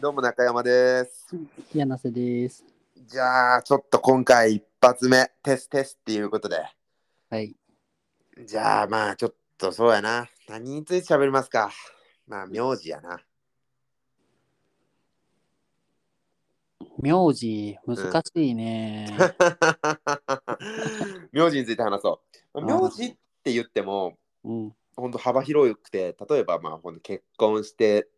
どうも中山です。柳瀬です。じゃあ、ちょっと今回一発目、テステスっていうことで。はい。じゃあ、まあ、ちょっとそうやな。何について喋りますかまあ、名字やな。名字、難しいね。名字について話そう。まあ名字って言っても、うん。本当幅広くて、例えば、まあ、ほんと結婚して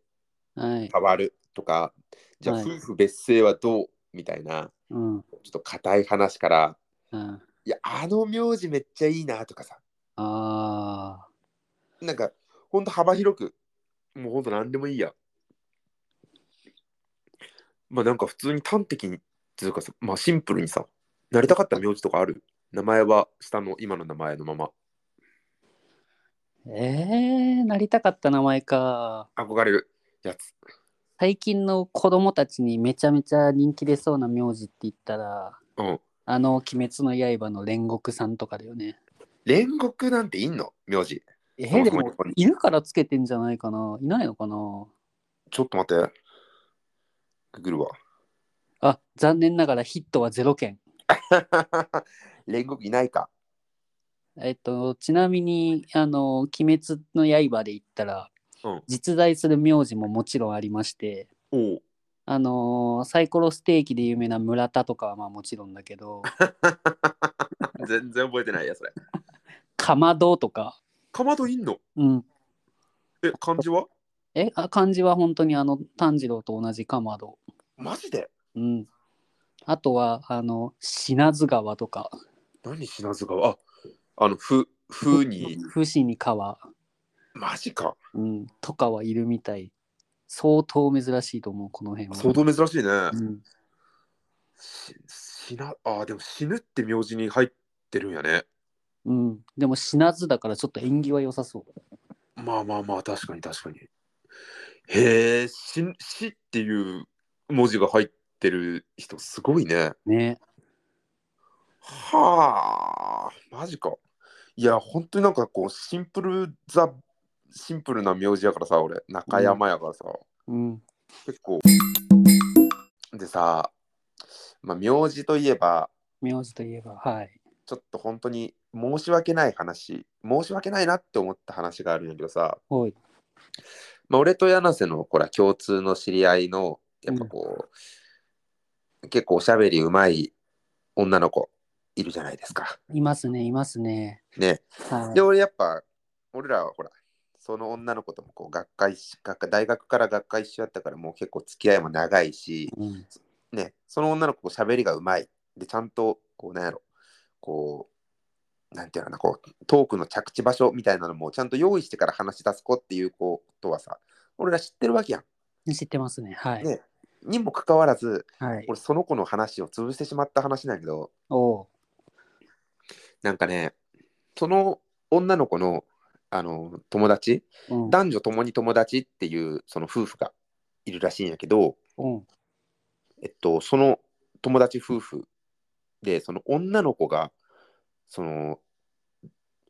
はい。変わるとか、じゃあ、はい夫婦別姓はどうみたいな、うん。うん。ちょっと硬い話から、あいや、あの名字めっちゃいいなとかさ。あなんか、ほんと幅広く、もうほんと何でもいいや。まあなんか普通に端的に、つうかさ、まあシンプルにさ、なりたかった名字とかある名前は下の今の名前のまま。ー。えー、なりたかった名前か。憧れるやつ。最近の子供たちにめちゃめちゃ人気出そうな名字って言ったら、うん。あの、鬼滅の刃の煉獄さんとかだよね。煉獄なんていんの名字。えそもー、そでもも、犬からつけてんじゃないかな。いないのかちな。ょっと待って。ググるわ。 あ、残念ながらヒットはゼロ件。煉獄いないか。えっと、ちなみに、あの、鬼滅の刃で言ったら、うん実在する名字ももちろんありまして、おうあのーサイコロステーキで有名な村田とかはまあもちろんだけ ど、全然覚えてないや、それ。かまどとか、かまどいんのうん。え、漢字はえ、あ漢字は本当にあの、炭治郎と同じかまど。マジでうん。あとは、あの、品津川とか、何品津川ああのふふに伏見川、マジかうん、とかはいるみたい。相当珍しいと思う、この辺は。相当珍しいね、うん。ししなあでも死ぬって名字に入ってるんやねうん、でも死なずだからちょっと縁起は良さそう。まあまあまあ確かに確かにへえ死死っていう文字が入ってる人すごいねね。はあマジかいや本当になんかこうシンプルザシンプルな名字やからさ俺中山やからさ、うん。結構でさ、まあ、名字といえば名字といえば、はい。ちょっと本当に申し訳ない話申し訳ないなって思った話があるんだけどさ、ほい。まあ、俺と柳瀬のほら共通の知り合いのやっぱこう、結構おしゃべりうまい女の子いるじゃないですか。いますね、いますね。ね、はで俺やっぱ俺らはほらその女の子ともこう学会し学会大学から学会一緒やったからもう結構付き合いも長いし、い。うん。ね、その女の子こう喋りがうまい。で、ちゃんと、こう、なんやろ、こう、なんていうのかな、こう、トークの着地場所みたいなのも、ちゃんと用意してから話し出す子っていう子とはさ、俺ら知ってるわけやん。知ってますね。はい。ねにもかかわらず、はい。俺、その子の話を潰してしまった話なんやけど、おう。なんかね、その女の子の、あの、友達、うん。男女共に友達っていう、その夫婦がいるらしいんやけど、うん。えっと、その友達夫婦で、その女の子が、その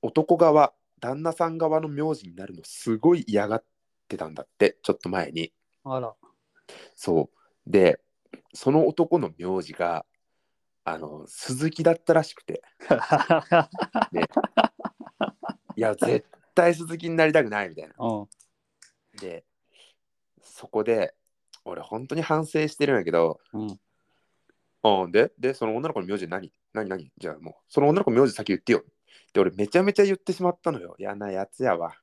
男側、旦那さん側の名字になるのすごい嫌がってたんだって、ちょっと前に。あら。そう。で、その男の名字が、あの、鈴木だったらしくて、いや、絶対鈴木になりたくないみたいな。おう。で、そこで、俺、本当に反省してるんやけど、うん。あんで、で、その女の子の名字何何何じゃあもう、その女の子の名字先言ってよ。で、俺めちゃめちゃ言ってしまったのよ。嫌なやつやわ。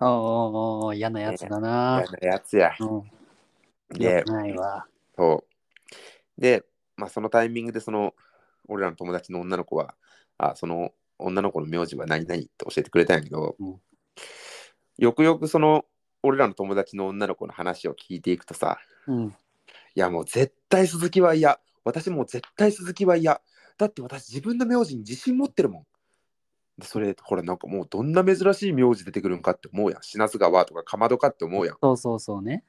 おうおうおう嫌なやつだな嫌。なやつや。うん。で良く、ないわ。そう。で、まあそのタイミングで、その、俺らの友達の女の子は、あ、その女の子の名字は何々って教えてくれたんやけど、うんよくよくその、俺らの友達の女の子の話を聞いていくとさ、うん。いやもう絶対鈴木は嫌。私もう絶対鈴木は嫌。だって私自分の名字に自信持ってるもん。でそれほらなんかもうどんな珍しい名字出てくるんかって思うやん。品津川とかかまどかって思うやん。そうそうそうね。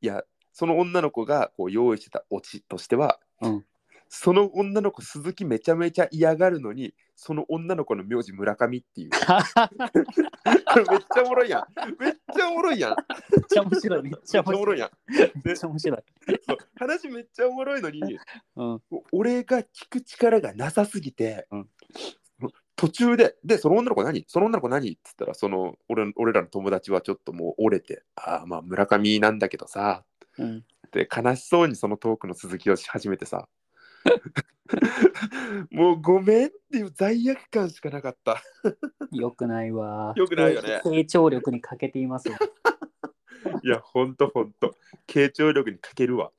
いやその女の子がこう用意してたオチとしては、うんその女の子鈴木めちゃめちゃ嫌がるのにその女の子の名字村上っていうめ っちゃおもろいやんめっちゃおもろいやんめっちゃ 面白い、めっちゃ面おもろ白い。いやんめっちゃ面白い。そう話めっちゃおもろいのにうん。お俺が聞く力がなさすぎて、うん途中で「でその女の子何その女の子何?」っつったらその俺俺らの友達はちょっともう折れて「ああまあ村上なんだけどさ」うん、って悲しそうにそのトークの続きをし始めて さもうごめんっていう罪悪感しかなかったよくないわ。良くないよね成長力に欠けていますよ。いやほんとほんと傾聴力に欠けるわ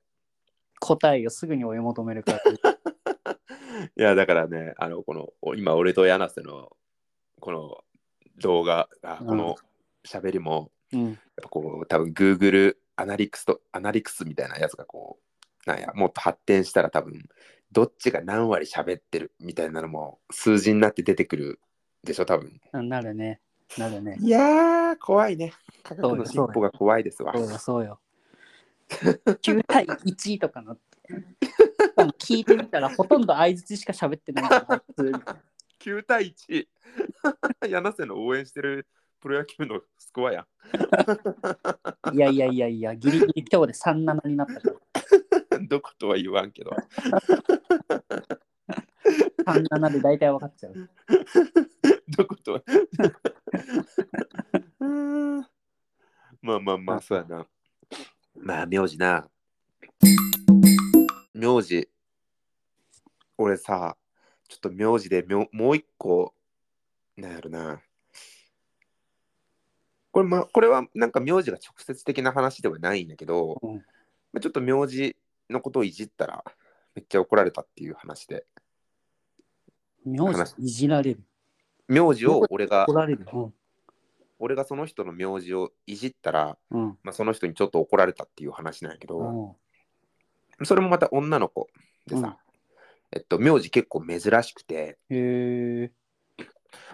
答えをすぐに追い求め るから。いやだからねあのこのお今俺と柳瀬のこの動画あこうんの喋りも、うん。やっぱこう多分 Google アナリクスとアナリクスみたいなやつがこうなんやもっと発展したら多分どっちが何割喋ってるみたいなのも数字になって出てくるでしょ多分あなるね。なるね。いやー怖いね科学の進そうよ歩が怖いですわそうよ、そ うよ。9対1とかなって。でも聞いてみたら、ほとんど相槌しか喋ってないから普通に9対1 柳瀬の応援してるプロ野球のスコアやいやいやいやいや、ギリギリ今日で37になったかどことは言わんけどら。37で大体分かっちゃう。どことはうーんまあまあまあ、そうやな。まあ、名字な。名字。俺さ、ちょっと名字で名もう一個、なんやろな。これ,、ま、これはなんか名字が直接的な話ではないんだけど、うんまあちょっと名字のことをいじったら、めっちゃ怒られたっていう話で、名字いじられる。名字を俺が怒、られる。うん俺がその人の名字をいじったら、うん。まあ、その人にちょっと怒られたっていう話なんやけど、うん。それもまた女の子でさ、うんえっと、名字結構珍しくて、へえ。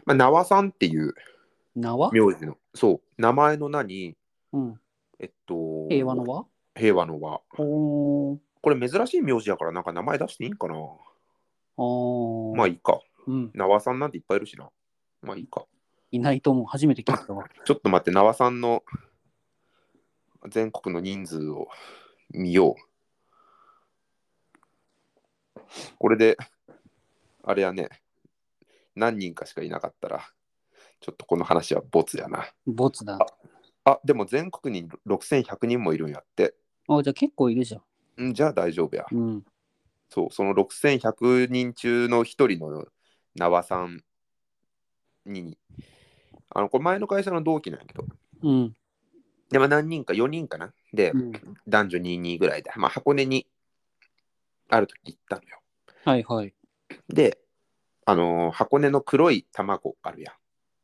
まあ、縄さんっていう縄名字の、そう、名前の名に、うん。えっと、平和の輪平和の和。おー。これ珍しい名字やから、なんか名前出していいんかな、おー。まあいいか。うん。縄さんなんていっぱいいるしな。まあいいか。いないと思う。初めて聞いたわ。ちょっと待って、縄さんの全国の人数を見よう。これで、あれやね、何人かしかいなかったら、ちょっとこの話はボツやな。ボツだ。あ、でも全国に6100人もいるんやって。あ、じゃあ結構いるじゃん。んじゃあ大丈夫や。うん。そう、その6100人中の一人の縄さんに、あの、これ前の会社の同期なんやけど、うん。でも何人か、4人かな。で、うん、男女22ぐらいで、まあ、箱根にある時行ったのよ。はいはい。で、あのー箱根の黒い卵あるや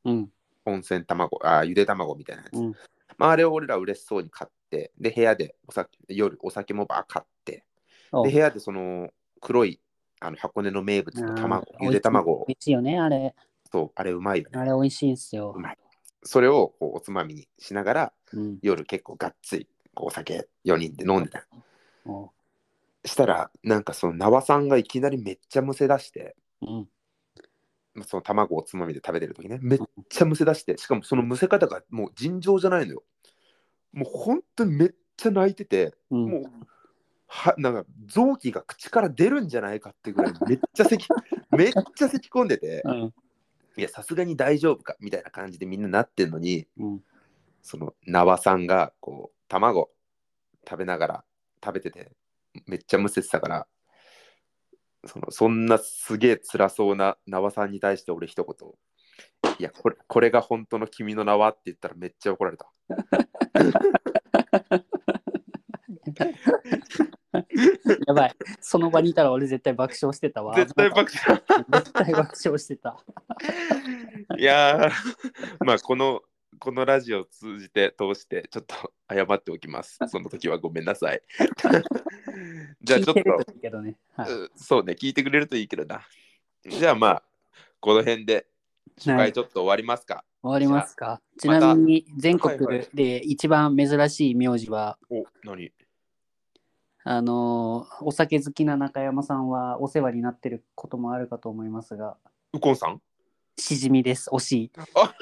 ん。うん。温泉卵、あーゆで卵みたいなやつ。うんまあ、あれを俺ら嬉しそうに買って、で、部屋でお酒夜お酒もばー買って、あで、部屋でその黒いあの箱根の名物の卵、あーゆで卵を美、味しいよね、あれ。そう、あれうまいよね。あれ美味しいんすよう。まいそれをこうおつまみにしながら、うん。夜結構がっつりこうお酒4人で飲んでた。おしたらなんかその縄さんがいきなりめっちゃむせ出してうん。その卵をおつまみで食べてる時ねめっちゃむせ出してしかもそのむせ方がもう尋常じゃないのよもう本当にめっちゃ泣いててうん。もうはなんか臓器が口から出るんじゃないかってぐらいめっちゃ咳めっちゃ咳込んでてうん。いやさすがに大丈夫かみたいな感じでみんななってんのにうん。その縄さんがこう卵食べながら食べててめっちゃむせてたからそのそんなすげえ辛そうな縄さんに対して俺一言「いやこれこれが本当の君の縄」って言ったらめっちゃ怒られたやばい。その場にいたら俺絶対爆笑してたわ。絶対爆笑笑。 絶対爆笑してた。いやー まあこのこのラジオを通じて通してちょっと謝っておきますその時はごめんなさい じゃあちょっ聞いてとるけどね。はい。うんそうね、聞いてくれるといいけどな。じゃあまあ、この辺で、初はい回ちょっと終わりますか。終わりますかちじゃあなみに全はいは国いで一番珍しい名字は、お、何あのお酒好きな中山さんはお世話になってることもあるかと思いますがウコンさんしじみです惜しいあ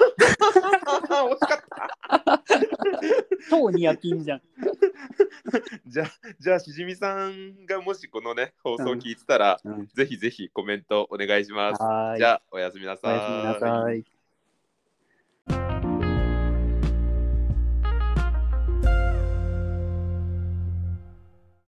惜しかった超ニアピンじゃんじゃあじゃあしじみさんがもしこのね放送聞いてたら、うんぜひぜひコメントお願いしますはーいじゃあおやすみなおさいやすみなさい